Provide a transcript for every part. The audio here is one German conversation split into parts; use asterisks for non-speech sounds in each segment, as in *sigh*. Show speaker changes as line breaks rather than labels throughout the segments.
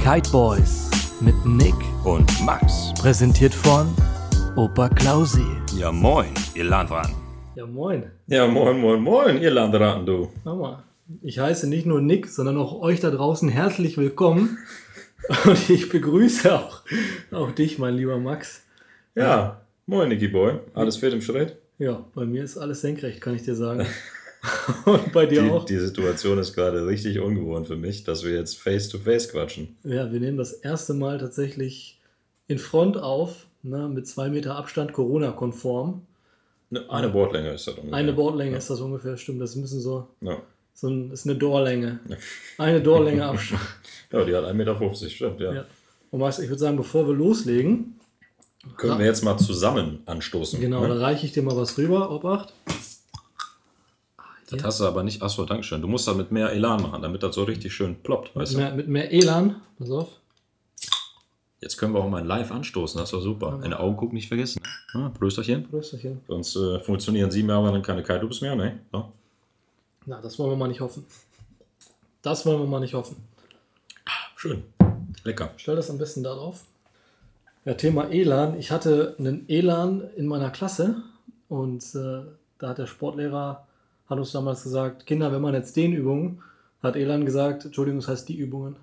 Kite Boys mit Nick,
und Max.
präsentiert von Opa Klausi.
Ja moin, ihr Landran.
Ja, moin.
Ja, moin, moin, moin, ihr Landratten, du.
Nochmal. Ich heiße nicht nur Nick, sondern auch euch da draußen herzlich willkommen. *laughs* Und ich begrüße auch, auch dich, mein lieber Max.
Ja, moin, Nicky Boy. Alles fit im Schritt?
Ja, bei mir ist alles senkrecht, kann ich dir *laughs* sagen. Und bei dir auch.
Die, die Situation ist gerade richtig ungewohnt für mich, dass wir jetzt face-to-face quatschen.
Ja, wir nehmen das erste Mal tatsächlich in Front auf, ne, mit zwei Meter Abstand, Corona-konform.
Ne, Eine Bordlänge ist das ungefähr.
Eine Bordlänge
Ja.
ist das ungefähr, stimmt. Das müssen so,
Ja.
so ein, ist eine Dorlänge. Eine Dorlänge
*laughs*
Abstand.
ja, die hat 1,50 Meter, stimmt, ja.
Ja. Und Max, ich würde sagen, bevor wir loslegen,
Können wir jetzt mal zusammen anstoßen.
genau, da
Ne?
reiche ich dir mal was rüber, Obacht.
Das hast du aber nicht. Achso, Dankeschön. Du musst da mit mehr Elan machen, damit das so richtig schön ploppt, weißt
Mit
du?
mehr, mit mehr Elan, pass auf.
Jetzt können wir auch mal ein Live anstoßen, das war super. Eine Augenguck nicht vergessen. ne? Ja, Prösterchen.
Prösterchen.
Sonst äh, funktionieren sieben Jahre dann keine Kaidubs mehr, ne? So.
Na, das wollen wir mal nicht hoffen. Das wollen wir mal nicht hoffen.
Schön. Lecker.
Stell das am besten da drauf. Ja, Thema Elan. Ich hatte einen Elan in meiner Klasse und äh, da hat der Sportlehrer, hat uns damals gesagt, Kinder, wenn man jetzt den Übungen, hat Elan gesagt, Entschuldigung, es heißt die Übungen.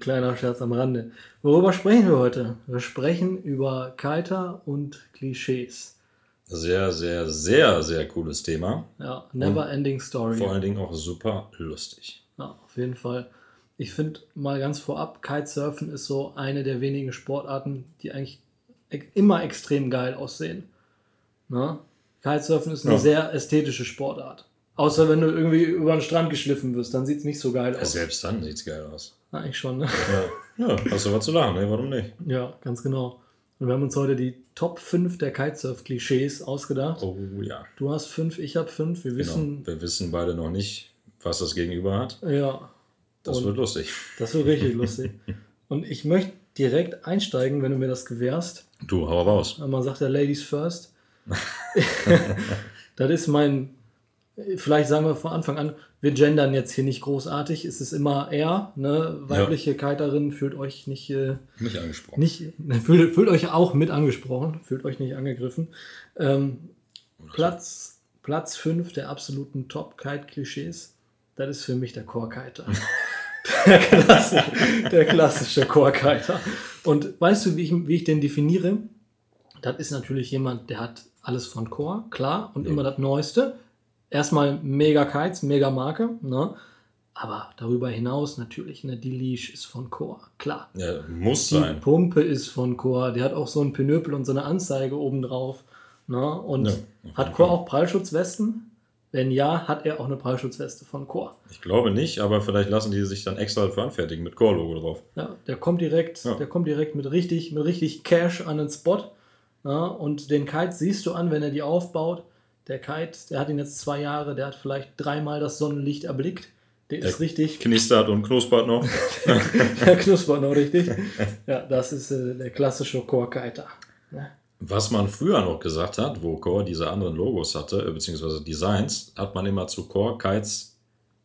Kleiner Scherz am Rande. Worüber sprechen wir heute? Wir sprechen über Kiter und Klischees.
Sehr, sehr, sehr, sehr cooles Thema.
Ja, never ending story.
Vor allen Dingen auch super lustig.
Ja, auf jeden Fall. Ich finde mal ganz vorab, Kitesurfen ist so eine der wenigen Sportarten, die eigentlich e- immer extrem geil aussehen. Ne? Kitesurfen ist eine
Ja.
sehr ästhetische Sportart. Außer wenn du irgendwie über den Strand geschliffen wirst, dann sieht es nicht so geil
Ja,
aus.
Äh, selbst dann sieht's geil aus.
Eigentlich schon, ne? *laughs*
Ja, ja hast du was zu lachen, ne? Warum nicht?
Ja, ganz genau. Und wir haben uns heute die Top 5 der Kitesurf-Klischees ausgedacht.
Oh ja.
Du hast fünf, ich habe fünf. Wir
Genau.
wissen,
Wir wissen beide noch nicht, was das Gegenüber hat.
ja,
Das
Und-
wird lustig.
das wird richtig
*laughs*
lustig. Und ich möchte direkt einsteigen, wenn du mir das gewährst.
Du, hau raus.
Man sagt ja Ladies first. das ist mein, vielleicht sagen wir von Anfang an, wir gendern jetzt hier nicht großartig, es ist immer er, ne? weibliche Kiterin, fühlt euch nicht, äh,
Mich angesprochen.
nicht *laughs* fühlt, fühlt euch auch mit angesprochen, fühlt euch nicht angegriffen. Ähm, Platz, Platz 5 der absoluten Top-Kite-Klischees, das ist für mich der
*laughs*
Core-Kiter. der, klassische, der klassische Core-Kiter. Und weißt du, wie ich, wie ich den definiere? Das ist natürlich jemand, der hat alles von Core, klar, und
Ja.
immer das Neueste. Erstmal mega Kites, mega Marke, ne? Aber darüber hinaus natürlich, ne, die Leash ist von Core, klar.
Ja, muss
Die
sein.
Pumpe ist von Chor. Der hat auch so einen Pinöpel und so eine Anzeige obendrauf. Ne? Und
Ja,
hat Chor auch Prallschutzwesten? Wenn ja, hat er auch eine Prallschutzweste von Chor.
Ich glaube nicht, aber vielleicht lassen die sich dann extra dafür anfertigen mit Core-Logo drauf.
Ja, der kommt direkt,
Ja.
der kommt direkt mit richtig, mit richtig Cash an den Spot. Ne? Und den Kite siehst du an, wenn er die aufbaut. Der Kite, der hat ihn jetzt zwei Jahre, der hat vielleicht dreimal das Sonnenlicht erblickt. Der
Der
ist richtig
Knistert und knuspert noch.
*laughs* der knuspert noch richtig. Ja, das ist äh, der klassische Chor-Kiter. Ne?
Was man früher noch gesagt hat, wo Core diese anderen Logos hatte, äh, beziehungsweise Designs, hat man immer zu Core Kites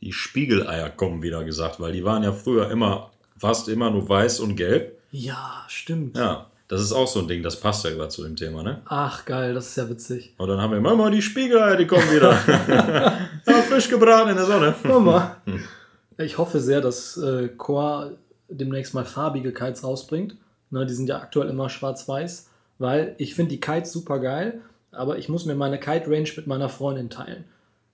die Spiegeleier kommen wieder gesagt, weil die waren ja früher immer, fast immer nur weiß und gelb.
Ja, stimmt.
Ja, das ist auch so ein Ding, das passt ja gerade zu dem Thema, ne?
Ach geil, das ist ja
*laughs*
witzig.
Und dann haben wir immer, immer die Spiegeleier, die kommen
*laughs*
wieder. ja, frisch gebraten in der Sonne.
Mama. Ich hoffe sehr, dass äh, Core demnächst mal farbige Kites rausbringt. Ne, die sind ja aktuell immer schwarz-weiß, weil ich finde die Kites super geil, aber ich muss mir meine Kite-Range mit meiner Freundin teilen.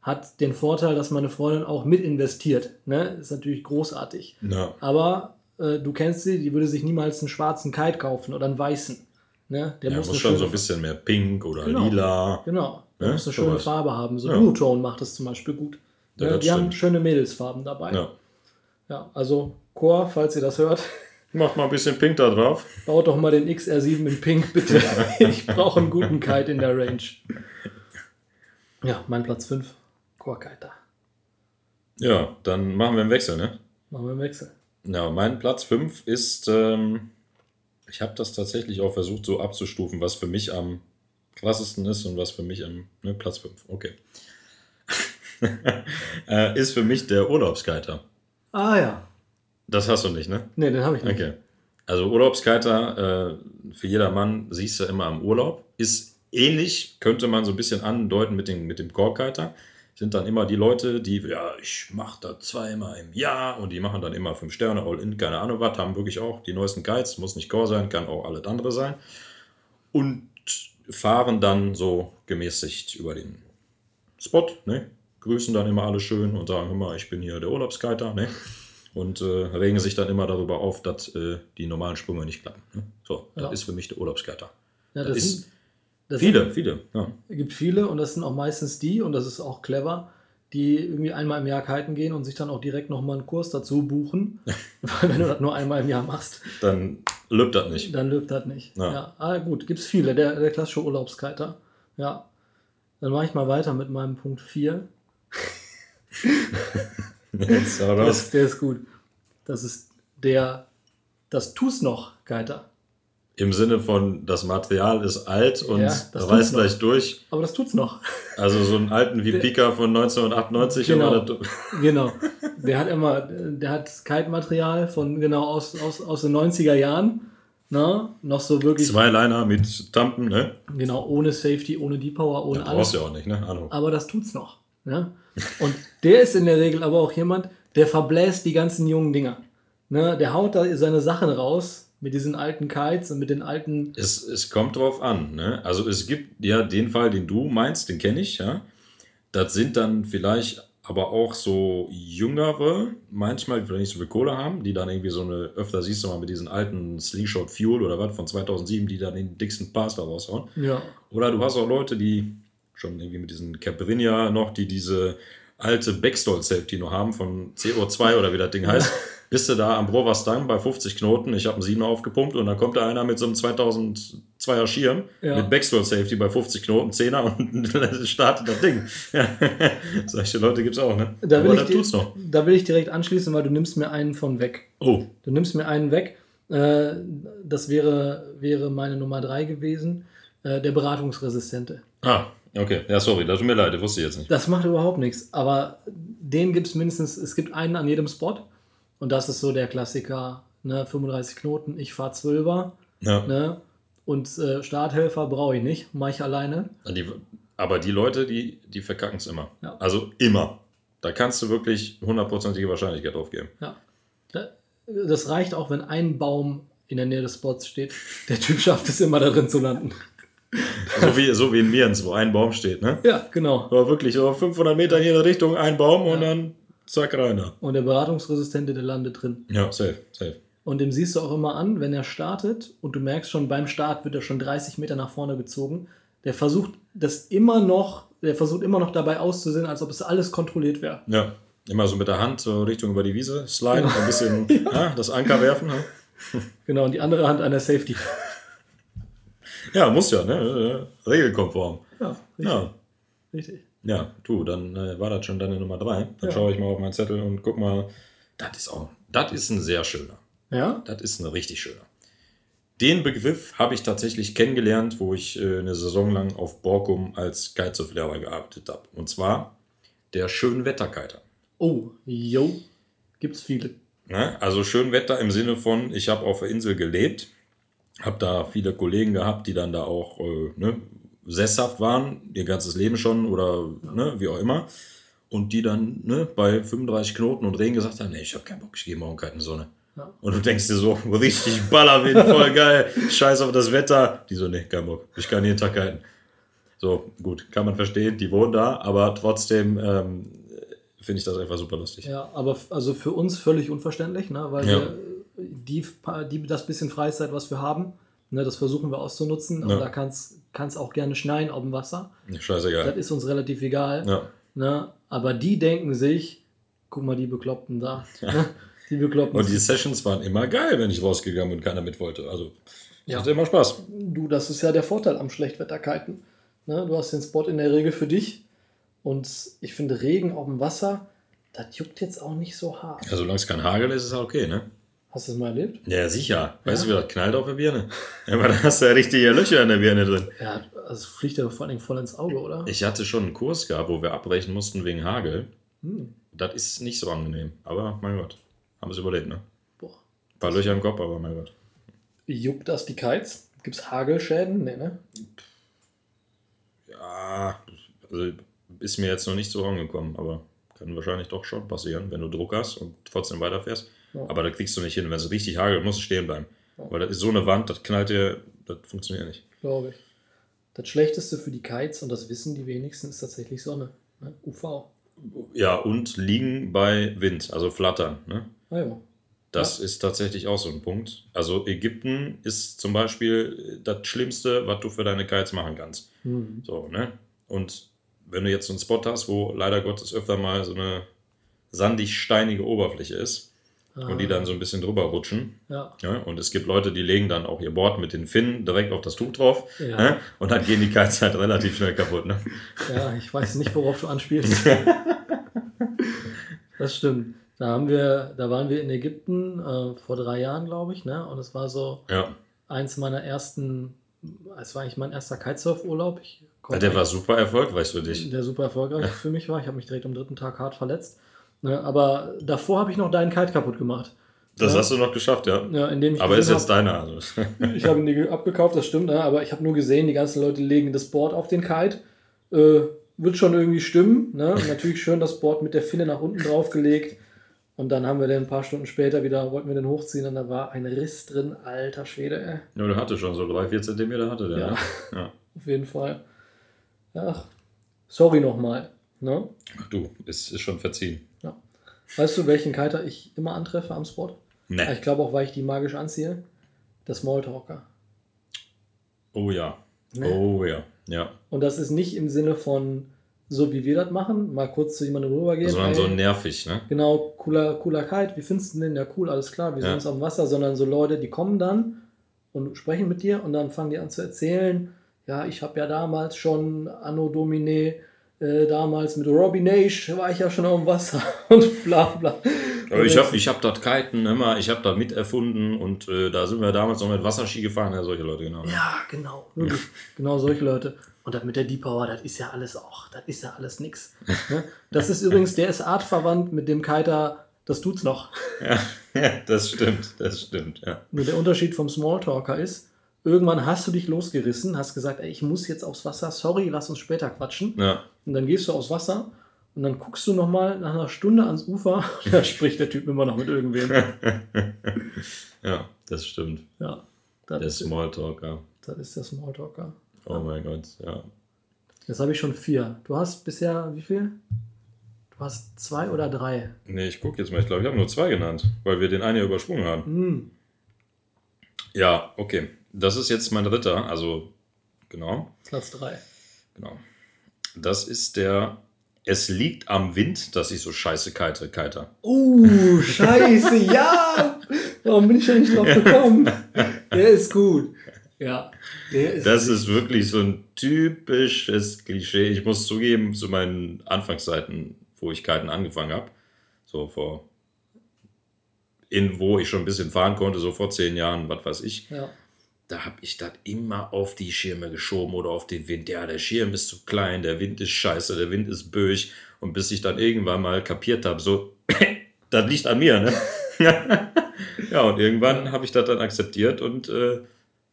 Hat den Vorteil, dass meine Freundin auch mit investiert. Ne? Ist natürlich großartig.
Ja,
Aber äh, du kennst sie, die würde sich niemals einen schwarzen Kite kaufen oder einen weißen. Ne? Der
ja muss,
eine
schon
schöne-
so ein bisschen mehr pink oder
Genau.
lila.
Genau. Du
Ne?
musst eine schöne
Sowas.
Farbe haben. So
Ja.
Blue Tone macht das zum Beispiel gut.
Ja,
ne?
das
Die haben
stimmt.
schöne Mädelsfarben dabei. Ja,
Ja.
also Chor, falls ihr das hört, *laughs*
Macht mal ein bisschen pink da drauf.
baut doch mal den XR7 in Pink,
*laughs*
bitte. ich brauche einen guten Kite in der Range. Ja, mein Platz 5. Chor-Kiter.
Ja, dann machen wir einen Wechsel, ne?
Machen wir einen Wechsel.
Ja, mein Platz 5 ist, ähm, ich habe das tatsächlich auch versucht so abzustufen, was für mich am krassesten ist und was für mich am, ne, Platz 5, okay. *laughs* äh, ist für mich der Urlaubskiter.
Ah ja.
Das hast du nicht, ne?
Nee, den habe ich nicht.
Okay. Also Urlaubskiter äh, für jedermann siehst du immer im Urlaub. Ist ähnlich, könnte man so ein bisschen andeuten mit dem, mit dem Chorkiter. Sind dann immer die Leute, die, ja, ich mache das zweimal im Jahr und die machen dann immer fünf Sterne, All-In, keine Ahnung was, haben wirklich auch die neuesten Kites, muss nicht Chor sein, kann auch alles andere sein. Und fahren dann so gemäßigt über den Spot, ne? grüßen dann immer alle schön und sagen immer, ich bin hier der Urlaubskiter. Ne? und äh, regen sich dann immer darüber auf, dass äh, die normalen Sprünge nicht klappen. Ne? So,
Ja.
das ist für mich der Urlaubsgatter.
Ja,
Das ist
das
viele, viele. Ja.
Sind, gibt viele und das sind auch meistens die, und das ist auch clever, die irgendwie einmal im Jahr kiten gehen und sich dann auch direkt nochmal einen Kurs dazu buchen.
*laughs*
Weil wenn du das nur einmal im Jahr machst,
Dann löbt
*laughs*
das nicht.
dann löbt das nicht.
Ja.
Ja, Ah, gut, gibt es viele. Der, der klassische Urlaubskiter. Ja. Dann mache ich mal weiter mit meinem Punkt 4.
Jetzt, hau
Der
raus.
ist, der ist gut. Das ist der, das tust noch, Kiter.
Im Sinne von, das Material ist alt und
Ja, das tut's
reißt
noch.
gleich durch.
Aber das tut's noch. *laughs*
Also so einen alten wie Pika von 1998.
Genau.
aber das-
Genau. Der hat immer, der hat Kite-Material von genau aus, aus, aus den 90er Jahren. Na, noch so wirklich,
Zwei Liner mit Tampen, ne?
genau, ohne Safety, ohne D-Power, ohne
Das
alles.
brauchst du ja auch nicht, ne? Hallo.
Aber das tut's noch. Ne? Und der ist in der Regel aber auch jemand, der verbläst die ganzen jungen Dinger. Ne? Der haut da seine Sachen raus mit diesen alten Kites und mit den alten.
Es, es kommt drauf an. Ne? Also es gibt ja den Fall, den du meinst, den kenne ich, ja. Das sind dann vielleicht aber auch so jüngere, manchmal, die vielleicht nicht so viel Kohle haben, die dann irgendwie so eine, öfter siehst du mal mit diesen alten Slingshot Fuel oder was von 2007, die dann den dicksten Pass da raushauen.
Ja,
Oder du hast auch Leute, die schon irgendwie mit diesen Caprinia noch, die diese alte Backstall Safety noch haben von CO2 oder wie das Ding
*laughs*
heißt. Bist du da am Brovastang bei 50 Knoten, ich habe einen 7er aufgepumpt und dann kommt da einer mit so einem 2002er Schirm
Ja.
mit Backstall Safety bei 50 Knoten, 10er und *laughs* startet das Ding. *laughs* Ja. Solche Leute gibt's auch, ne?
da will,
Aber
ich
das
dir-
tut's noch.
da will ich direkt anschließen, weil du nimmst mir einen von weg.
Oh,
Du nimmst mir einen weg. Äh, das wäre, wäre meine Nummer drei gewesen. Äh, der Beratungsresistente.
ah, okay. Ja, sorry, das tut mir leid, das wusste ich jetzt nicht.
Das macht überhaupt nichts. Aber den gibt es mindestens, es gibt einen an jedem Spot. Und das ist so der Klassiker. Ne? 35 Knoten, ich fahre 12er.
Ja.
Ne? Und äh, Starthelfer brauche ich nicht, mache ich alleine.
Die, aber die Leute, die, die verkacken es immer.
Ja.
Also immer. Da kannst du wirklich hundertprozentige Wahrscheinlichkeit drauf geben.
Ja. Da- Das reicht auch, wenn ein Baum in der Nähe des Spots steht. Der Typ schafft es immer darin zu landen.
So wie, so wie in Mirens, wo ein Baum steht, ne?
Ja, genau.
Aber wirklich, so 500 Meter in jede Richtung, ein Baum und
Ja.
dann zack rein da.
Und der Beratungsresistente, der landet drin.
Ja, safe, safe.
Und dem siehst du auch immer an, wenn er startet und du merkst schon, beim Start wird er schon 30 Meter nach vorne gezogen. Der versucht das immer noch, der versucht immer noch dabei auszusehen, als ob es alles kontrolliert wäre.
Ja. Immer so mit der Hand so Richtung über die Wiese, sliden,
*laughs*
ein bisschen ja, das Anker werfen. Ne?
Genau, und die andere Hand an der Safety.
Ja, muss ja, ne? Äh, Regelkonform.
Ja, richtig.
Ja.
richtig.
Ja, du, dann äh, war das schon deine Nummer drei. Dann
Ja.
schaue ich mal auf meinen Zettel und guck mal. Das ist auch, das ist ein sehr schöner.
Ja?
Das ist ein richtig schöner. Den Begriff habe ich tatsächlich kennengelernt, wo ich äh, eine Saison lang auf Borkum als Kitesurflehrer gearbeitet habe. Und zwar der Schönwetterkiter.
Oh, yo. Gibt's viele.
Ne? Also Schönwetter im Sinne von, ich habe auf der Insel gelebt, habe da viele Kollegen gehabt, die dann da auch äh, ne, sesshaft waren, ihr ganzes Leben schon oder ne, wie auch immer. Und die dann ne, bei 35 Knoten und Regen gesagt haben, nee, ich habe keinen Bock, ich gehe morgen keine Sonne.
Ja.
Und du denkst dir so, richtig Ballerwind, voll geil, scheiß auf das Wetter. Die so, nee, kein Bock, ich kann jeden Tag keinen. So, gut, kann man verstehen, die wohnen da, aber trotzdem ähm, finde ich das einfach super lustig.
Ja, aber f- also für uns völlig unverständlich, ne? weil
Ja.
wir äh, die, pa- die, das bisschen Freizeit, was wir haben, ne, das versuchen wir auszunutzen.
Ja.
Aber da kann es auch gerne schneien auf dem Wasser. Das
Scheißegal.
ist uns relativ egal.
Ja.
Ne? Aber die denken sich, guck mal, die Bekloppten da. Ne? Die Bekloppten.
Und die Sessions waren immer geil, wenn ich rausgegangen bin und keiner mit wollte. Also,
Ja.
hat immer Spaß.
du, das ist ja der Vorteil am Schlechtwetterkiten. Ne? Du hast den Spot in der Regel für dich. Und ich finde, Regen auf dem Wasser, das juckt jetzt auch nicht so hart.
Ja, Also, solange es kein Hagel ist, ist es okay, ne?
Hast du das mal erlebt?
Ja, sicher. Weißt
Ja.
du, wie das knallt auf der Birne? Aber da hast du *laughs* ja richtige Löcher in der Birne drin.
Ja, also fliegt ja vor allem voll ins Auge, oder?
Ich hatte schon einen Kurs gehabt, wo wir abbrechen mussten wegen Hagel.
Hm.
Das ist nicht so angenehm. Aber mein Gott, haben es überlebt, ne? paar Löcher im Kopf, aber mein Gott.
Juckt das die Kites? Gibt es Hagelschäden? Nee, ne?
Ja, also ist mir jetzt noch nicht so angekommen, aber kann wahrscheinlich doch schon passieren, wenn du Druck hast und trotzdem weiterfährst.
Ja.
Aber da kriegst du nicht hin. Wenn es richtig hagelt, musst du stehen bleiben.
Ja.
Weil das ist so eine Wand, das knallt dir, das funktioniert nicht.
Glaube ich. Das Schlechteste für die Kites, und das wissen die wenigsten, ist tatsächlich Sonne. Ne? UV.
Ja, und liegen bei Wind, also flattern. Ne?
Ah, ja.
Das ist tatsächlich auch so ein Punkt. Also Ägypten ist zum Beispiel äh, das Schlimmste, was du für deine Kites machen kannst.
Hm.
So, ne? Und wenn du jetzt so einen Spot hast, wo leider Gottes öfter mal so eine sandig-steinige Oberfläche ist und die
Ah,
dann so ein bisschen drüber rutschen,
Ja.
ja? und es gibt Leute, die legen dann auch ihr Board mit den Finnen direkt auf das Tuch drauf,
Ja.
ne? und dann gehen die Kites halt *laughs* relativ schnell kaputt, ne?
ja, ich weiß nicht, worauf du
*laughs*
anspielst. das stimmt. Da, haben wir, da waren wir in Ägypten äh, vor drei Jahren, glaube ich, ne? und es war so
Ja,
eins meiner ersten, es war eigentlich mein erster Kitesurf-Urlaub. Ich
Ja,
konnte
der war super erfolgreich für dich.
der super erfolgreich für mich war. Ich habe mich direkt am dritten Tag hart verletzt. Ne, aber davor habe ich noch deinen Kite kaputt gemacht.
Das
Ja.
hast du noch geschafft, ja.
Ja, indem ich
Aber ist
gesehen
jetzt deiner. Also. *laughs*
hab, ich habe ihn dir abgekauft, das stimmt, ne, aber ich habe nur gesehen, die ganzen Leute legen das Board auf den Kite. Äh, wird schon irgendwie stimmen. Ne? Und natürlich schön das Board mit der Finne nach unten draufgelegt. Und dann haben wir den ein paar Stunden später wieder, wollten wir den hochziehen und da war ein Riss drin, alter Schwede, ey.
Ja, der hatte schon so drei, vier Zentimeter hatte der,
Ja.
ne? Ja.
Auf jeden Fall. Ach, sorry nochmal. Ne?
Ach du, ist, ist schon verziehen.
Weißt du, welchen Kiter ich immer antreffe am Sport? Ah,
Ne.
Ich glaube auch, weil ich die magisch anziehe. Der Smalltalker.
Oh ja.
Ne?
Oh ja. Ja.
Und das ist nicht im Sinne von so, wie wir das machen, mal kurz zu jemandem rübergehen.
Sondern
ey,
Also so nervig, ne?
genau, cooler, cooler Kite. Wie findest du den? Ja, cool, alles klar, wir
Ja.
sind uns am Wasser. Sondern so Leute, die kommen dann und sprechen mit dir und dann fangen die an zu erzählen. Ja, ich habe ja damals schon Anno Domine, äh, damals mit Robbie Nash war ich ja schon auf dem Wasser *laughs* und bla bla.
Aber ich habe ich hab das Kiten immer, ich habe das miterfunden und äh, da sind wir damals noch mit Wasserski gefahren, ja, solche
*laughs*
Leute, genau. ne?
Ja, genau. Wirklich. Genau solche Leute. Und das mit der Deep Power, das ist ja alles auch, das ist ja alles nix. Ne? Das ist übrigens, der ist artverwandt mit dem Kiter, das tut's noch.
Ja, das stimmt, das stimmt, ja.
Nur der Unterschied vom Smalltalker ist, irgendwann hast du dich losgerissen, hast gesagt, ey, ich muss jetzt aufs Wasser, sorry, lass uns später quatschen.
Ja,
Und dann gehst du aufs Wasser und dann guckst du nochmal nach einer Stunde ans Ufer, *laughs* da spricht der Typ immer noch mit *laughs* irgendwem.
ja das stimmt.
Ja, das,
Der Smalltalk, ja.
das ist der Smalltalker.
Oh mein Gott, ja.
Jetzt habe ich schon vier. Du hast bisher wie viel? Du hast zwei oder drei.
Nee, ich gucke jetzt mal, ich glaube, ich habe nur zwei genannt, weil wir den einen ja übersprungen haben.
Hm.
Ja, okay. Das ist jetzt mein dritter, also genau,
Platz drei.
genau. Das ist der Es liegt am Wind, dass ich so scheiße kite, kiter.
Oh, scheiße, ja! Warum bin ich da nicht drauf gekommen? Der ist gut. Ja, der ist.
Das ist wirklich so ein typisches Klischee. Ich muss zugeben, zu meinen Anfangszeiten, wo ich kiten angefangen habe, so vor in wo ich schon ein bisschen fahren konnte, so vor zehn Jahren, was weiß ich,
ja.
da habe ich das immer auf die Schirme geschoben oder auf den Wind. Ja, der Schirm ist zu klein, der Wind ist scheiße, der Wind ist böig. Und bis ich dann irgendwann mal kapiert habe, so, *coughs* das liegt an mir, ne? *laughs* ja, und irgendwann habe ich das dann akzeptiert und äh,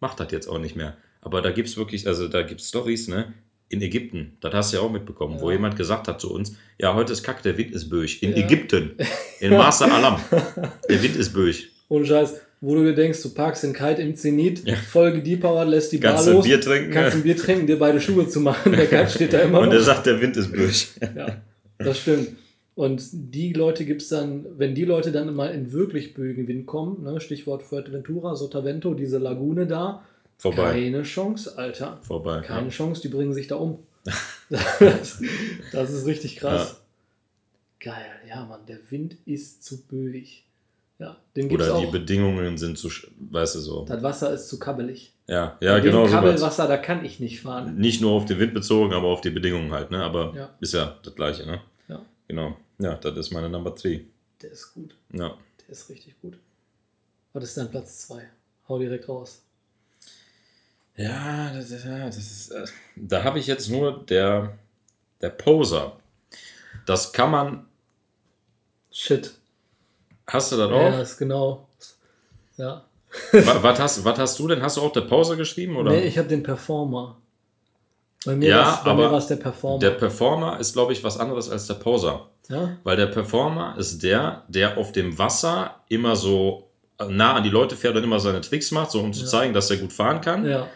mach das jetzt auch nicht mehr. Aber da gibt es wirklich, also da gibt es Storys, ne? In Ägypten, das hast du ja auch mitbekommen, wo
Ja.
jemand gesagt hat zu uns, ja, heute ist Kack, der Wind ist böig. In
Ja.
Ägypten,
*laughs*
in Marsa Alam, der Wind ist böig.
Ohne Scheiß, wo du dir denkst, du parkst den Kite im Zenit, Folge die Power, lässt die Bar
Kannst du ein
los,
Bier trinken?
kannst ein Bier trinken, dir beide Schuhe zu machen. Der Kite steht da immer
Und
noch.
er sagt, der Wind ist böig.
Ja, das stimmt. Und die Leute gibt es dann, wenn die Leute dann mal in wirklich böigen Wind kommen, ne, Stichwort Fuerteventura, Sotavento, diese Lagune da,
Vorbei.
keine Chance, Alter.
Vorbei.
Keine
ja.
Chance, die bringen sich da
*laughs*
um. Das, das ist richtig krass. Geil, ja, Mann, der Wind ist zu böig. Ja, den gibt's
Oder die
auch.
Bedingungen sind zu, sch- weißt du so.
Das Wasser ist zu kabbelig.
Ja, ja,
Mit
genau
Dem
so.
Kabbelwasser, da kann ich nicht fahren.
Nicht nur auf den Wind bezogen, aber auf die Bedingungen halt, ne? Aber
Ja.
ist ja das gleiche, ne?
Ja.
Genau. Ja, das ist meine Number 3.
Der ist gut.
Ja.
Der ist richtig gut. Aber das ist dann Platz 2. Hau direkt raus.
Ja, das ist, ja, das ist äh, da habe ich jetzt nur der, der Poser. Das kann man,
Shit.
hast du das
Ja,
auch?
ist genau. Ja.
Wa- was, hast, was hast du denn? Hast du auch der Pause geschrieben? Oder?
Nee, ich habe den Performer. Bei mir
Ja,
war's- bei
aber
mir war es der Performer.
der Performer ist, glaube ich, was anderes als der Pauser.
ja?
Weil der Performer ist der, der auf dem Wasser immer so äh, nah an die Leute fährt und immer seine Tricks macht, so um zu
Ja.
zeigen, dass er gut fahren kann.
ja.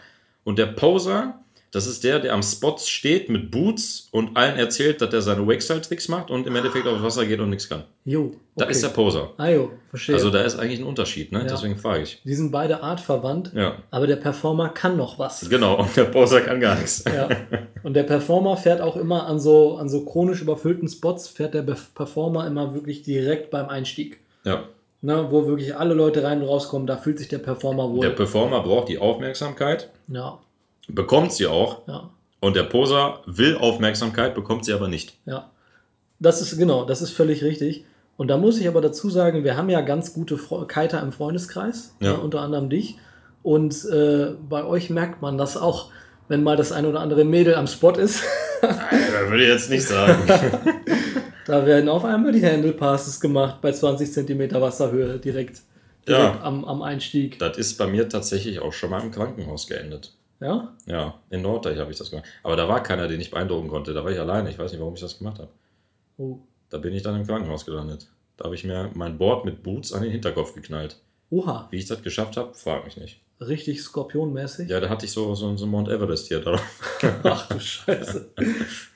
Und der Poser, das ist der, der am Spot steht mit Boots und allen erzählt, dass er seine Wakestyle-Tricks macht und im Endeffekt aufs Wasser geht und nichts kann.
Jo. Okay.
Da ist der Poser.
Ah jo, verstehe.
Also da ist eigentlich ein Unterschied, ne?
Ja.
Deswegen frage ich.
Die sind beide artverwandt,
Ja,
aber der Performer kann noch was.
genau. Und der Poser kann gar nichts. *laughs*
Ja. Und der Performer fährt auch immer an so, an so chronisch überfüllten Spots, fährt der Be- Performer immer wirklich direkt beim Einstieg.
Ja.
Ne, wo wirklich alle Leute rein und rauskommen, da fühlt sich der Performer
Der
wohl.
Performer braucht die Aufmerksamkeit,
ja,
bekommt sie auch.
ja,
Und der Poser will Aufmerksamkeit, bekommt sie aber nicht.
ja. Das ist, genau, das ist völlig richtig. Und da muss ich aber dazu sagen, wir haben ja ganz gute Fre Kiter im Freundeskreis,
Ja.
ne, unter anderem dich. Und äh, bei euch merkt man das auch, wenn mal das ein oder andere Mädel am Spot ist. *laughs*
Das würde ich jetzt nicht sagen.
Da werden auf einmal die Handle Passes gemacht bei 20 cm Wasserhöhe direkt, direkt
Ja.
am, am Einstieg.
das ist bei mir tatsächlich auch schon mal im Krankenhaus geendet.
Ja?
Ja, in Norddeich habe ich das gemacht. Aber da war keiner, den ich beeindrucken konnte. Da war ich alleine. Ich weiß nicht, warum ich das gemacht habe.
Oh.
Da bin ich dann im Krankenhaus gelandet. Da habe ich mir mein Board mit Boots an den Hinterkopf geknallt.
Oha,
Wie ich das geschafft habe, frag mich nicht.
richtig skorpionmäßig.
Ja, da hatte ich so, so, so Mount Everest hier drauf. *laughs*
Ach du Scheiße.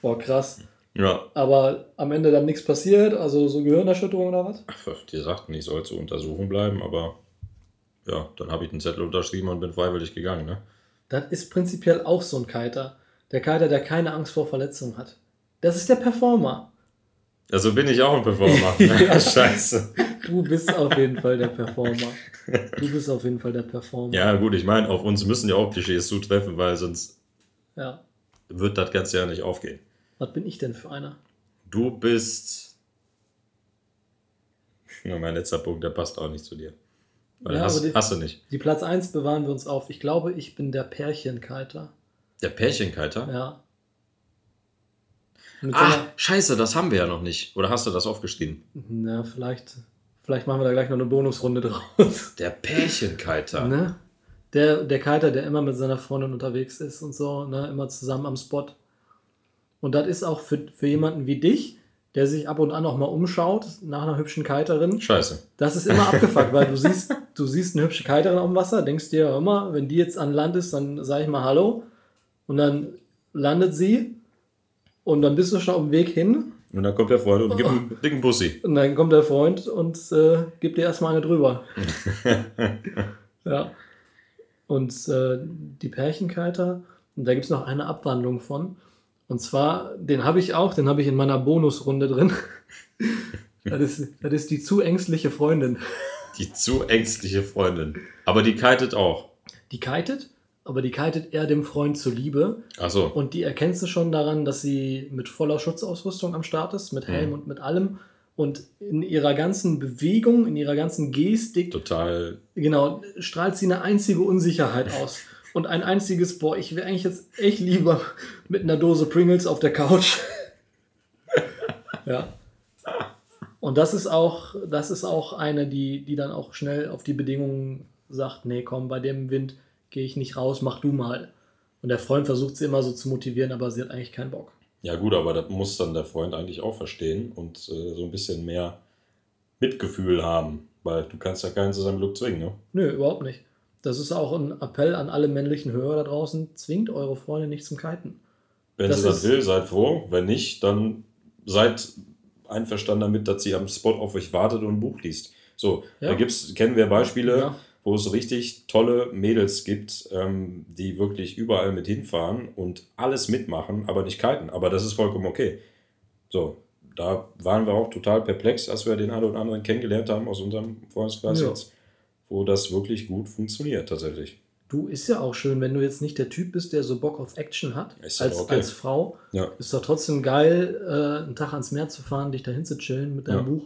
Boah, krass.
Ja,
Aber am Ende dann nichts passiert, also so Gehirnerschütterung oder was?
Ach, die sagten, ich soll zur Untersuchung bleiben, aber ja, dann habe ich den Zettel unterschrieben und bin freiwillig gegangen. Ne?
Das ist prinzipiell auch so ein Kiter. Der Kiter, der keine Angst vor Verletzungen hat. Das ist der Performer.
Also bin ich auch ein Performer.
Ja.
Scheiße.
Du bist auf jeden Fall der Performer. Du bist auf jeden Fall der Performer.
Ja, gut, ich meine, auf uns müssen ja auch Klischees zutreffen, weil sonst
ja.
wird das Ganze ja nicht aufgehen.
Was bin ich denn für einer?
Du bist. Ja, mein letzter Punkt, der passt auch nicht zu dir. Weil
Ja,
hast,
aber die-
hast du nicht.
Die Platz 1 bewahren wir uns auf. Ich glaube, ich bin der Pärchenkiter.
Der Pärchenkiter?
Ja. Mit so
Ach,
einer-
Ah, scheiße, das haben wir ja noch nicht. Oder hast du das aufgeschrieben?
Na, vielleicht, vielleicht machen wir da gleich noch eine Bonusrunde draus.
Der Pärchenkiter.
Ne? Der, der Kiter, der immer mit seiner Freundin unterwegs ist und so, ne? immer zusammen am Spot. Und das ist auch für, für jemanden wie dich, der sich ab und an auch mal umschaut nach einer hübschen Kiterin.
Scheiße.
Das ist immer abgefuckt, weil du siehst, du siehst eine hübsche Kiterin auf dem Wasser, denkst dir immer, wenn die jetzt an Land ist, dann sage ich mal Hallo. Und dann landet sie und dann bist du schon auf dem Weg hin
Und dann kommt der Freund und
Oh.
gibt einen dicken Bussi.
und dann kommt der Freund und äh, gibt dir erstmal eine drüber. ja. Und äh, die Pärchenkiter, und da gibt es noch eine Abwandlung von. Und zwar, den habe ich auch, den habe ich in meiner Bonusrunde drin. das, ist, das ist die zu ängstliche Freundin.
Die zu ängstliche Freundin. Aber die kitet auch.
Die kitet, aber die kitet eher dem Freund zuliebe.
Achso.
Und die erkennst du schon daran, dass sie mit voller Schutzausrüstung am Start ist, mit Helm
Mhm.
und mit allem. Und in ihrer ganzen Bewegung, in ihrer ganzen Gestik,
Total.
genau, strahlt sie eine einzige Unsicherheit aus. Und ein einziges, boah, ich wäre eigentlich jetzt echt lieber mit einer Dose Pringles auf der Couch. *laughs* ja. Und das ist auch, das ist auch eine, die, die dann auch schnell auf die Bedingungen sagt, nee, komm, bei dem Wind gehe ich nicht raus, mach du mal. Und der Freund versucht sie immer so zu motivieren, aber sie hat eigentlich keinen Bock.
Ja, gut, aber das muss dann der Freund eigentlich auch verstehen und äh, so ein bisschen mehr Mitgefühl haben. Weil du kannst ja keinen zu seinem Glück zwingen, ne?
Nö, überhaupt nicht. Das ist auch ein Appell an alle männlichen Hörer da draußen, zwingt eure Freunde nicht zum Kiten.
Wenn
Das
sie das
ist-
will, seid froh. Wenn nicht, dann seid einverstanden damit, dass sie am Spot auf euch wartet und ein Buch liest. So,
Ja.
da gibt's, kennen wir Beispiele,
Ja.
wo es richtig tolle Mädels gibt, ähm, die wirklich überall mit hinfahren und alles mitmachen, aber nicht kiten. Aber das ist vollkommen okay. So, da waren wir auch total perplex, als wir den einen oder anderen kennengelernt haben aus unserem Freundeskreis
Ja.
jetzt, wo das wirklich gut funktioniert tatsächlich.
Du ist ja auch schön, wenn du jetzt nicht der Typ bist, der so Bock auf Action hat,
Ist doch
als,
okay.
als Frau.
Ja.
Ist doch trotzdem geil, äh, einen Tag ans Meer zu fahren, dich dahin zu chillen mit deinem
Ja.
Buch.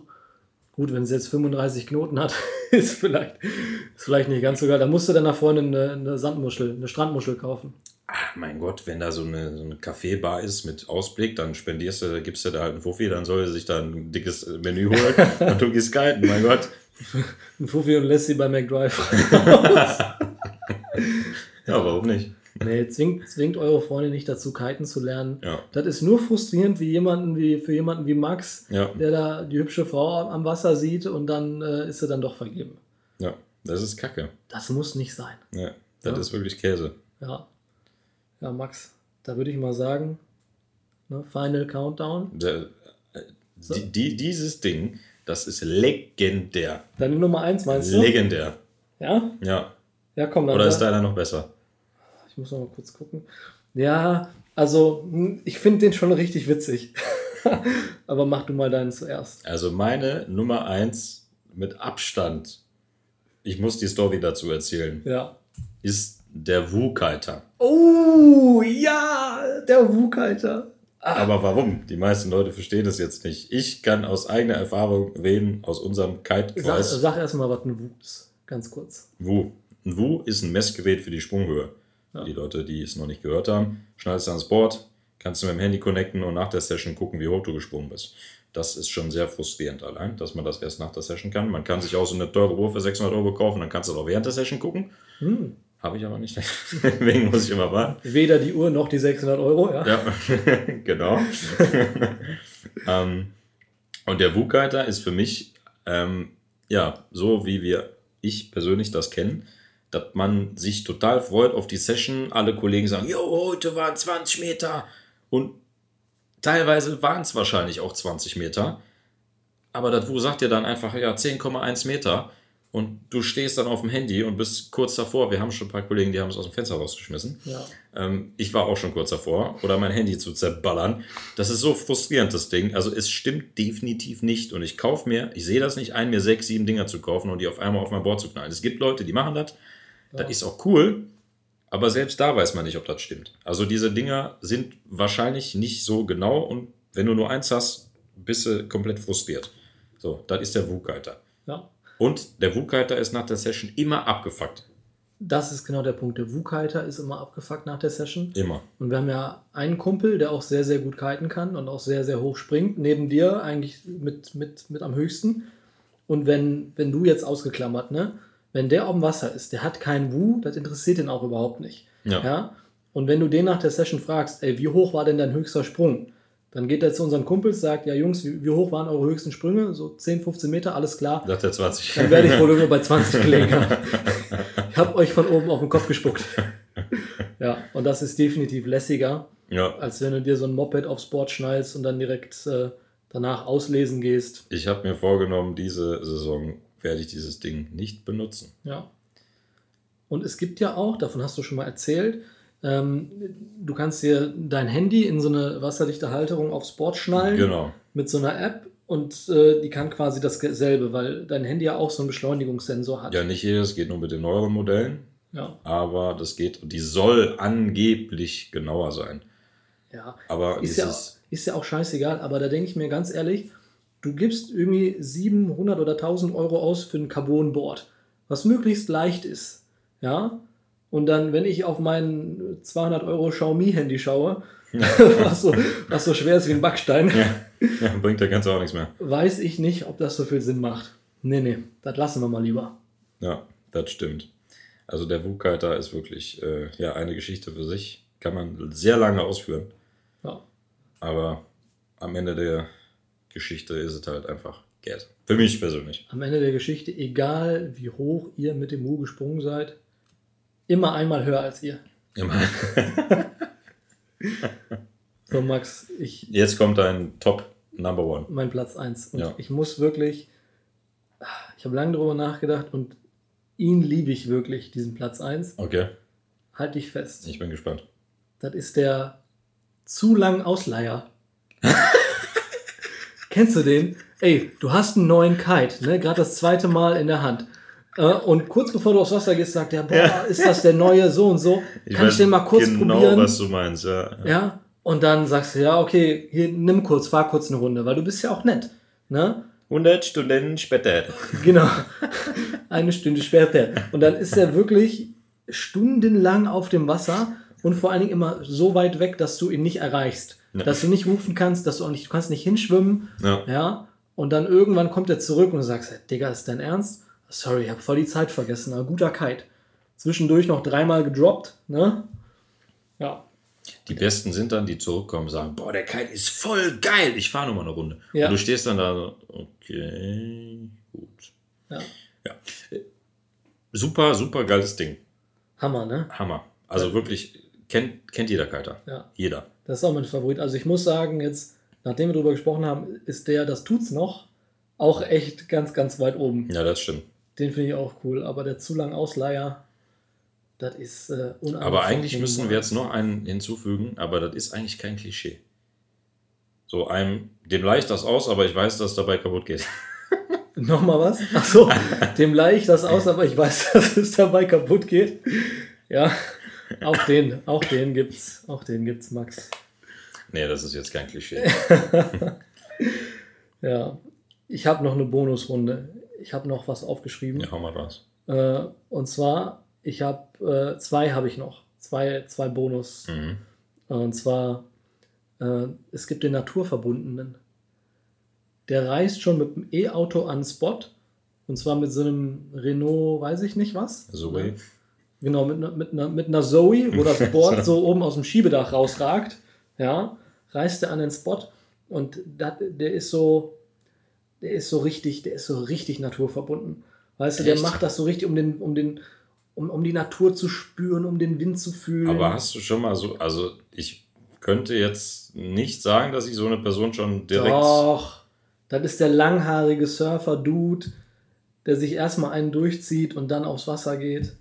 Gut, wenn sie jetzt 35 Knoten hat, *laughs* ist vielleicht, ist vielleicht nicht ganz so geil. Da musst du deiner Freundin eine, eine Sandmuschel, eine Strandmuschel kaufen.
Ach, mein Gott, wenn da so eine, so eine Kaffeebar ist mit Ausblick,
*laughs*
dann spendierst du, gibst du da halt einen Fuffi, dann soll er sich da ein dickes Menü holen und du gehst kiten, mein Gott.
Ein Fuffi und lässt sie bei McDrive.
*laughs* Ja, warum nicht?
nee, zwingt, zwingt eure Freunde nicht dazu, kiten zu lernen.
Ja,
Das ist nur frustrierend wie jemanden wie, für jemanden wie Max,
ja,
der da die hübsche Frau am- am Wasser sieht und dann äh, ist sie dann doch vergeben.
ja. Das ist Kacke.
Das muss nicht sein.
Ja, das
Ja.
ist wirklich Käse.
Ja. Ja, Max, da würde ich mal sagen, ne, Final Countdown.
Da- äh,
So.
Die, die, dieses Ding, das ist legendär.
Deine Nummer 1 meinst du?
Legendär.
Ja?
Ja.
Ja, komm, dann
Oder ist
sag-
deiner noch besser?
ich muss noch mal kurz gucken. Ja, also hm, ich finde den schon richtig witzig. *laughs* Aber mach du mal deinen zuerst.
Also meine Nummer 1 mit Abstand, ich muss die Story dazu erzählen,
Ja.
ist der Wu-Kiter.
Oh, ja, der Wukalter.
Aber warum? Die meisten Leute verstehen das jetzt nicht. Ich kann aus eigener Erfahrung reden, aus unserem
Sag,
Kite-Kreis.
sag erst mal, was ein Wut ist. Ganz kurz.
Wu. Ein Wu ist ein Messgerät für die Sprunghöhe.
Ja.
Die Leute, die es noch nicht gehört haben, schneidest du ans Board, kannst du mit dem Handy connecten und nach der Session gucken, wie hoch du gesprungen bist. Das ist schon sehr frustrierend allein, dass man das erst nach der Session kann. Man kann sich auch so eine teure Uhr für 600 Euro kaufen, dann kannst du das auch während der Session gucken.
Hm.
Habe ich aber nicht. *laughs* Deswegen muss ich immer warten.
Weder die Uhr noch die 600 Euro, ja.
Ja, *laughs* genau. ähm, und der Wugleiter ist für mich, ähm, ja, so wie wir, ich persönlich das kennen, dass man sich total freut auf die Session. Alle Kollegen sagen, jo, heute waren 20 Meter. Und teilweise waren es wahrscheinlich auch 20 Meter. Aber das Wu sagt dir dann einfach, ja, 10,1 Meter. Und du stehst dann auf dem Handy und bist kurz davor. Wir haben schon ein paar Kollegen, die haben es aus dem Fenster rausgeschmissen.
ja.
Ähm, ich war auch schon kurz davor, oder mein Handy zu zerballern. Das ist so frustrierend, das Ding. Also es stimmt definitiv nicht. Und ich kaufe mir, ich sehe das nicht ein, mir sechs, sieben Dinger zu kaufen und die auf einmal auf mein Board zu knallen. Es gibt Leute, die machen das.
Ja.
Das ist auch cool. Aber selbst da weiß man nicht, ob das stimmt. Also diese Dinger sind wahrscheinlich nicht so genau. Und wenn du nur eins hast, bist du komplett frustriert. So, das ist der Wughalter.
ja.
Und der Wughalter ist nach der Session immer abgefuckt.
Das ist genau der Punkt. Der Wukalter ist immer abgefuckt nach der Session.
Immer.
Und wir haben ja einen Kumpel, der auch sehr, sehr gut kiten kann und auch sehr, sehr hoch springt. Neben dir eigentlich mit, mit, mit am höchsten. Und wenn, wenn du jetzt ausgeklammert, ne? Wenn der auf dem Wasser ist, der hat keinen Wu, das interessiert den auch überhaupt nicht.
Ja.
Ja? Und wenn du den nach der Session fragst, ey, wie hoch war denn dein höchster Sprung? Dann geht er zu unseren Kumpels, sagt, ja Jungs, wie, wie hoch waren eure höchsten Sprünge? So 10, 15 Meter, alles klar.
Sagt der 20.
Dann werde ich wohl irgendwo bei 20 gelegen haben. Ich habe euch von oben auf den Kopf gespuckt. Ja, und das ist definitiv lässiger,
*laughs* ja.
als wenn du dir so ein Moped aufs Board schnallst und dann direkt äh, danach auslesen gehst.
Ich habe mir vorgenommen, diese Saison werde ich dieses Ding nicht benutzen.
Ja. Und es gibt ja auch, davon hast du schon mal erzählt, ähm, du kannst dir dein Handy in so eine wasserdichte Halterung aufs Board schnallen
Genau.
mit so einer App und äh, die kann quasi dasselbe, weil dein Handy ja auch so einen Beschleunigungssensor hat.
Ja, nicht jedes geht nur mit den neueren Modellen,
ja.
aber das geht und die soll angeblich genauer sein.
ja.
Aber
Ist ja,
dieses, *laughs*
ist ja auch scheißegal, aber da denke ich mir ganz ehrlich, du gibst irgendwie 700 oder 1000 Euro aus für ein Carbonboard, was möglichst leicht ist. Ja? Und dann, wenn ich auf mein 200 Euro Xiaomi-Handy schaue, was, so, was so schwer ist wie ein Backstein,
ja, bringt der Ganze auch nichts mehr.
weiß ich nicht, ob das so viel Sinn macht. Nee, nee, das lassen wir mal lieber.
Ja, das stimmt. Also der Wughalter ist wirklich äh, ja, eine Geschichte für sich. Kann man sehr lange ausführen,
Ja,
aber am Ende der Geschichte ist es halt einfach Geld. Für mich persönlich.
am Ende der Geschichte, egal wie hoch ihr mit dem Mu gesprungen seid, immer einmal höher als ihr.
Immer.
So, Max, ich,
Jetzt kommt dein Top Number One.
mein Platz 1. Und
Ja.
ich muss wirklich, ich habe lange darüber nachgedacht und ihn liebe ich wirklich, diesen Platz 1.
Okay,
Halt dich fest.
ich bin gespannt.
Das ist der zu lang Ausleiher.
*laughs*
Kennst du den? Ey, du hast einen neuen Kite, ne? gerade das zweite Mal in der Hand. Äh, Und kurz bevor du aufs Wasser gehst, sagt der, boah, ist das der neue so und
*laughs*
so? Kann ich,
weiß
den mal kurz
genau,
probieren?
was du meinst, ja. ja.
Ja, und dann sagst du, ja, okay, hier, nimm kurz, fahr kurz eine Runde, weil du bist ja auch nett. Ne?
100 Stunden später.
Genau. Eine Stunde später. Und dann ist er wirklich stundenlang auf dem Wasser und vor allen Dingen immer so weit weg, dass du ihn nicht erreichst.
Ja.
Dass du nicht rufen kannst, dass du auch nicht, du kannst nicht hinschwimmen.
Ja.
Ja. Und dann irgendwann kommt er zurück und du sagst, hey, Digga, ist dein Ernst? Sorry, ich habe voll die Zeit vergessen. Na, guter Kite. Zwischendurch noch dreimal gedroppt, ne? Ja.
Die Besten sind dann, die zurückkommen und sagen, boah, der Kite ist voll geil, ich fahre nochmal eine Runde.
Ja.
Und du stehst dann da, so, okay, gut.
ja.
Ja. Super, super geiles Ding.
Hammer, ne?
Hammer. Also wirklich, kennt, kennt jeder Kiter.
Ja.
Jeder.
Das ist auch mein Favorit. Also ich muss sagen, jetzt, nachdem wir drüber gesprochen haben, ist der, das tut's noch, auch echt ganz, ganz weit oben.
Ja, das stimmt.
Den finde ich auch cool. Aber der zu lang Ausleier, das ist äh, unangenehm.
Aber eigentlich
*laughs*
müssen wir jetzt noch einen hinzufügen, aber das ist eigentlich kein Klischee. So einem, dem leicht das aus, aber ich weiß, dass dabei kaputt geht. *laughs*
Nochmal was? Achso, dem leih ich das aus, aber ich weiß, *laughs* dass es dabei kaputt geht. Ja, auch den, auch den gibt's. Auch den gibt's, Max.
Nee, das ist jetzt kein Klischee.
Ja. Ich habe noch eine Bonusrunde. Ich habe noch was aufgeschrieben.
Ja, hau mal raus.
Äh, und zwar, ich habe äh, zwei habe ich noch. Zwei, zwei Bonus.
Mhm.
Äh, Und zwar, äh, es gibt den Naturverbundenen. Der reist schon mit dem E-Auto an den Spot. Und zwar mit so einem Renault, weiß ich nicht was.
Zoe.
Genau, mit, einer- mit, einer, mit einer Zoe,
*laughs*
wo das Board so oben aus dem Schiebedach rausragt. Ja, reist er an den Spot. Und dat, der ist so, der ist so richtig, der ist so richtig naturverbunden. Weißt du, der
Echt?
macht das so richtig, um den, um den, um, um die Natur zu spüren, um den Wind zu fühlen.
Aber hast du schon mal so, also ich könnte jetzt nicht sagen, dass ich so eine Person schon direkt.
Doch, das ist der langhaarige Surfer-Dude, der sich erstmal einen durchzieht und dann aufs Wasser geht.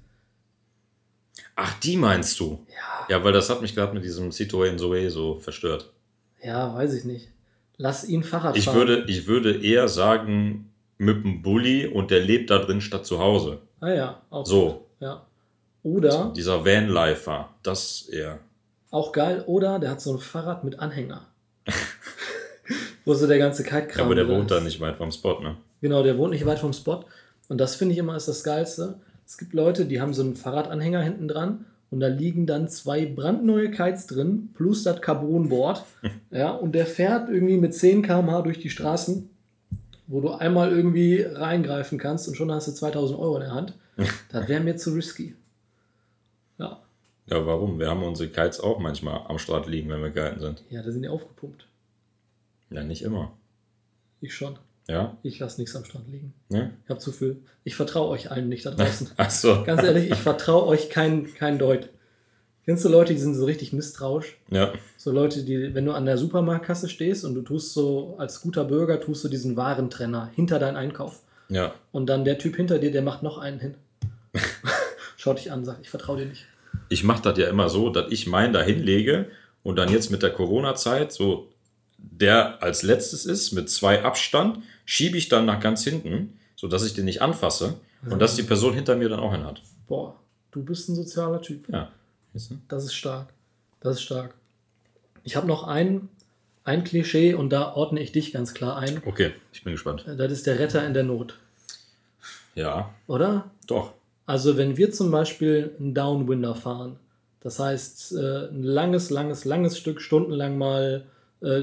Ach, die meinst du?
Ja,
Ja, weil das hat mich gerade mit diesem Citroën Zoe so verstört.
ja, weiß ich nicht. Lass ihn Fahrrad
Ich
fahren.
würde, ich würde eher sagen, mit dem Bulli und der lebt da drin statt zu Hause.
Ah ja, auch
So,
gut, Ja. Oder,
dieser Vanlifer, das eher.
auch geil, oder der hat so ein Fahrrad mit
*laughs*
Anhänger. Wo so der ganze Kite-Kram
Ja, aber der
drin
wohnt
ist.
da nicht weit vom Spot, ne?
Genau, der wohnt nicht weit vom Spot. Und das finde ich immer ist das Geilste. Es gibt Leute, die haben so einen Fahrradanhänger hinten dran und da liegen dann zwei brandneue Kites drin, plus das Carbonboard. ja, und der fährt irgendwie mit 10 km/h durch die Straßen, wo du einmal irgendwie reingreifen kannst und schon hast du 2000 Euro in der Hand. Das wäre mir zu risky. Ja,
Ja, warum? Wir haben unsere Kites auch manchmal am Start liegen, wenn wir gehalten sind.
ja da sind die aufgepumpt.
Ja, nicht immer.
Ich schon.
Ja?
Ich lasse nichts am Strand liegen.
Ne?
Ich habe zu viel. Ich vertraue euch allen nicht da draußen.
Ach so.
Ganz ehrlich, ich vertraue euch kein, kein Deut. Kennst du Leute, die sind so richtig misstrauisch?
Ja.
So Leute, die, wenn du an der Supermarktkasse stehst und du tust so, als guter Bürger, tust du diesen Warentrenner hinter deinen Einkauf.
Ja.
Und dann der Typ hinter dir, der macht noch einen hin. Schaut dich an, sagt, ich vertraue dir nicht.
ich mache das ja immer so, dass ich meinen da hinlege und dann jetzt mit der Corona-Zeit so der als letztes ist, mit zwei Abstand, schiebe ich dann nach ganz hinten, sodass ich den nicht anfasse und dass die Person hinter mir dann auch einen hat.
Boah, du bist ein sozialer Typ.
Ja. Weißt du?
Das ist stark. Das ist stark. Ich habe noch ein, ein Klischee und da ordne ich dich ganz klar ein.
Okay, ich bin gespannt.
Das ist der Retter in der Not,
Ja,
oder?
doch.
Also wenn wir zum Beispiel einen Downwinder fahren, das heißt äh, ein langes, langes, langes Stück, stundenlang mal äh,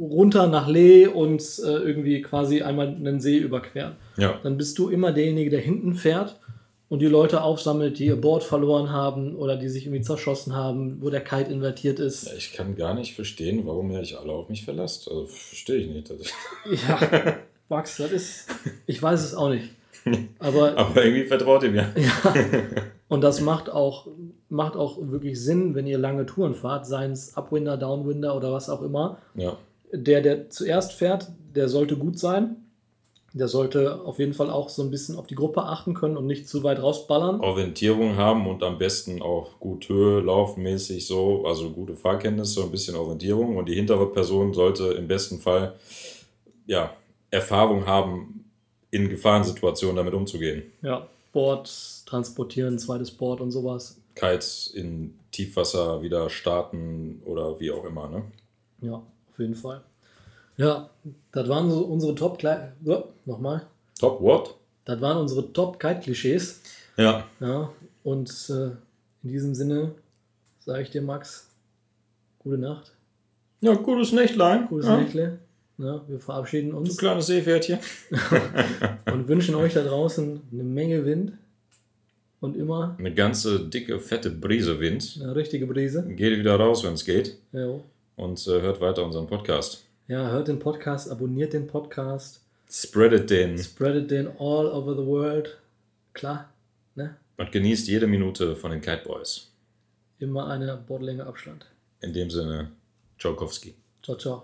runter nach Lee und äh, irgendwie quasi einmal einen See überqueren,
Ja.
dann bist du immer derjenige, der hinten fährt und die Leute aufsammelt, die ihr Board verloren haben oder die sich irgendwie zerschossen haben, wo der Kite invertiert ist.
Ich kann gar nicht verstehen, warum ihr euch alle auf mich verlasst. Also verstehe ich nicht. *laughs*
Ja, Max, das ist, ich weiß es auch nicht. Aber
Aber irgendwie vertraut ihr mir.
Ja. Und das macht auch, macht auch wirklich Sinn, wenn ihr lange Touren fahrt, seien es Upwinder, Downwinder oder was auch immer.
Ja.
Der, der zuerst fährt, der sollte gut sein. Der sollte auf jeden Fall auch so ein bisschen auf die Gruppe achten können und nicht zu weit rausballern.
Oh. Orientierung haben und am besten auch gut Höhe, laufmäßig so, also gute Fahrkenntnisse, ein bisschen Orientierung. Und die hintere Person sollte im besten Fall ja, Erfahrung haben, in Gefahrensituationen damit umzugehen.
Ja, Board transportieren, zweites Board und sowas.
Kites in Tiefwasser wieder starten oder wie auch immer. Ne?
Ja, auf jeden Fall. Ja, das waren so unsere top ja, nochmal.
Top what?
Das waren unsere Top-Kite-Klischees.
Ja,
Ja, und äh, in diesem Sinne sage ich dir, Max, gute Nacht,
ja gutes Nächtlein.
gutes
ja.
Nächtle. Ne? Wir verabschieden
Du
uns
kleines Seepferdchen.
und wünschen euch da draußen eine Menge Wind und immer
Eine ganze dicke, fette Brise Wind.
eine richtige Brise.
Geht wieder raus, wenn es geht.
Jo.
Und äh, hört weiter unseren Podcast.
Ja, hört den Podcast, abonniert den Podcast,
Spreadet den
spreadet den all over the world. Klar, ne?
und genießt jede Minute von den Kite Boys.
immer eine Bordlänge Abstand.
In dem Sinne, Tschokowski.
Ciao, ciao.